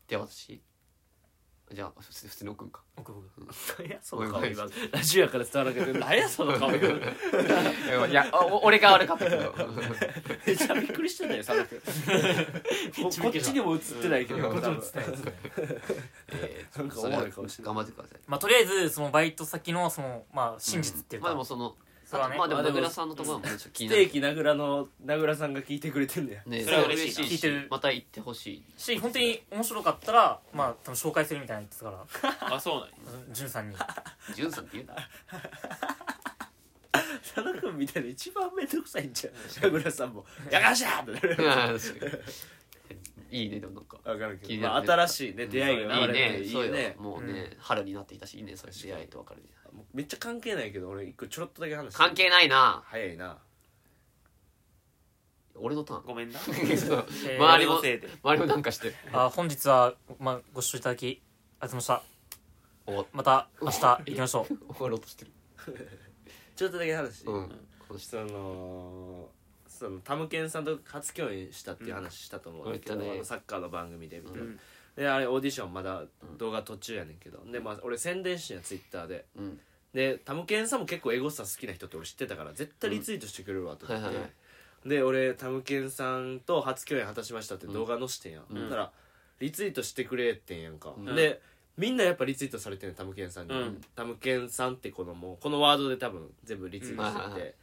S3: で私じゃあ普通普通に置くんか
S2: 奥僕
S5: 何やその顔今ラジオやから伝わらんけど何やその顔今
S3: いやあお俺が悪かったけど
S5: めちゃびっくりしてたよ佐野君こ
S2: ちゃびっ
S5: っ
S2: くりした
S5: ちにも映ってないけど、
S3: うん
S5: 多
S2: こっち
S5: 分
S2: も伝え ますね
S3: えー
S5: なんか
S3: それ
S5: おも
S3: は
S5: ろい顔してる
S3: 頑張ってください
S2: まあとりあえずそのバイト先のそのまあ真実っていう
S3: まあ
S2: か
S3: でもその
S2: それ
S3: あ
S2: は
S3: と
S2: ね
S3: まあでも
S5: まあで
S3: 名
S5: も
S3: 倉さんのところもねちょっと気
S5: ス
S3: にな
S5: テー
S3: る
S5: キ名倉の名倉さんが聞いてくれてんだよ
S3: ね
S4: それは嬉しいな
S3: 嬉しい
S2: 聞いてる
S3: しまた行ってほしい
S2: し本当に面白かったらまあ多分紹介するみたいな言ってたか
S4: あそうなんや
S2: ら潤さんに
S3: じゅんさんって言うな
S5: 佐野君みたいな一番面倒くさいんじゃん名倉さんも「やかしゃ!」ってなる
S3: いいねでもなんか
S5: 分かる
S3: 気
S5: け
S3: に
S5: ど、
S3: な
S5: ま
S3: る
S5: あ、新しいね出会いが
S3: いい
S5: 生まれ
S3: ね
S5: ていい
S3: そう
S5: ね
S3: よもうね春になってきたしいいねそういう出会いと別れて
S5: もうめっちゃ関係ないけど俺一個ちょろっとだけ話して
S3: 関係ないな
S5: 早いな
S3: 俺のターン
S4: ごめんな
S3: そう
S2: え
S3: 周り
S2: ー
S4: 俺
S3: も
S4: のせいで
S3: 周りもなんかして
S2: あ本日はまあご視聴いただきありがとうございまし
S3: お
S2: たまた明日行きましょう
S3: 終わろうとしてる
S5: ちょっとだけ話していい、
S3: うんこの人
S5: そのそのタムケンさんと初共演したっていう話したと思うんだけど、
S3: うん言ったね
S5: あのサッカーの番組でみたいな、
S4: うん
S5: であれオーディションまだ動画途中やねんけど、でまあ俺宣伝してんやツイッターで
S3: うん
S5: でタムケンさんも結構エゴスタ好きな人って俺知ってたから絶対リツイートしてくれるわと思って、
S3: はいはいはい
S5: で俺タムケンさんと初共演果たしましたって動画載してんや、
S3: ん
S5: ほんならリツイートしてくれてんやんか、
S3: うん
S5: でみんなやっぱリツイートされてんねんタムケンさんに、
S4: うん
S5: タムケンさんってこのもうこのワードで多分全部リツイートして
S3: うんはい
S5: て、
S3: はいは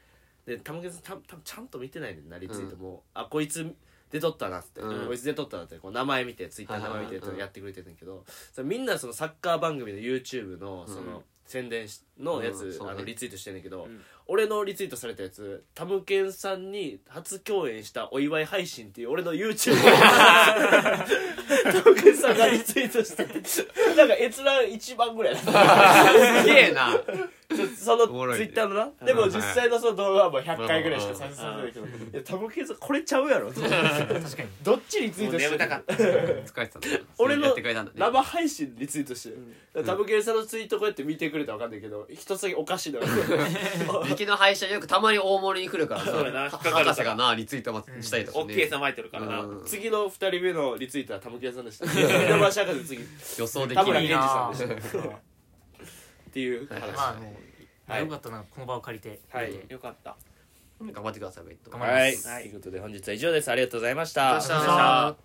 S5: でタムケンさんた多分ちゃんと見てないねんなリツイートも、あこいつ出とったなっつって、
S3: うん
S5: こいつ出とったなってこう名前見てツイッターの名前見て
S3: はいはいはい
S5: やってくれてんねんけどそれみんなそのサッカー番組の YouTube のその宣伝しのや
S3: うん
S5: つ、
S3: そうね
S5: あのリツイートしてんねんけど、
S4: ん
S5: 俺のリツイートされたやつタムケンさんに初共演したお祝い配信っていう俺の YouTube タムケンさんがリツイートしててなんか閲覧1番ぐらいだった
S3: すげえな
S5: その
S3: おもろい
S5: ツイ
S3: ね
S5: ッターのなでも実際のその動画はもう100回ぐらいしか再生されてないけどいやタムケンさんこれちゃうやろ
S2: 確かに
S5: どっちリツイー
S4: もう
S5: トして
S4: 眠
S5: る
S4: たかった
S3: 疲れてたんだ
S5: 俺の
S3: やってくれたんだね
S5: 生配信リツイートしてる、タムケンさんのツイートこうやって見てくれたら分かんないけど一つだけおかしいの よ
S3: うちの配信よくたまに大盛りに来るからさ
S4: そうやな引っかかるから
S3: 博士がなリツイートましたりとか
S4: 大きい
S3: ね
S4: 餌撒いてるからな
S3: うん
S5: 次の2人目のリツイートはタムケンさんでした山橋博士次っ
S3: 予想で
S5: 田
S3: き
S5: 村
S3: る
S2: いい
S5: 健二
S2: な
S5: さんでていう話、
S2: まあもう、
S5: はい
S2: よかったなこの場を借りて
S5: はい
S4: よかった
S3: 頑張ってくださいベッド
S2: 頑張ります
S5: はい、
S4: はい
S5: ということで本日は以上ですありがとうございまし
S3: ありがとうございました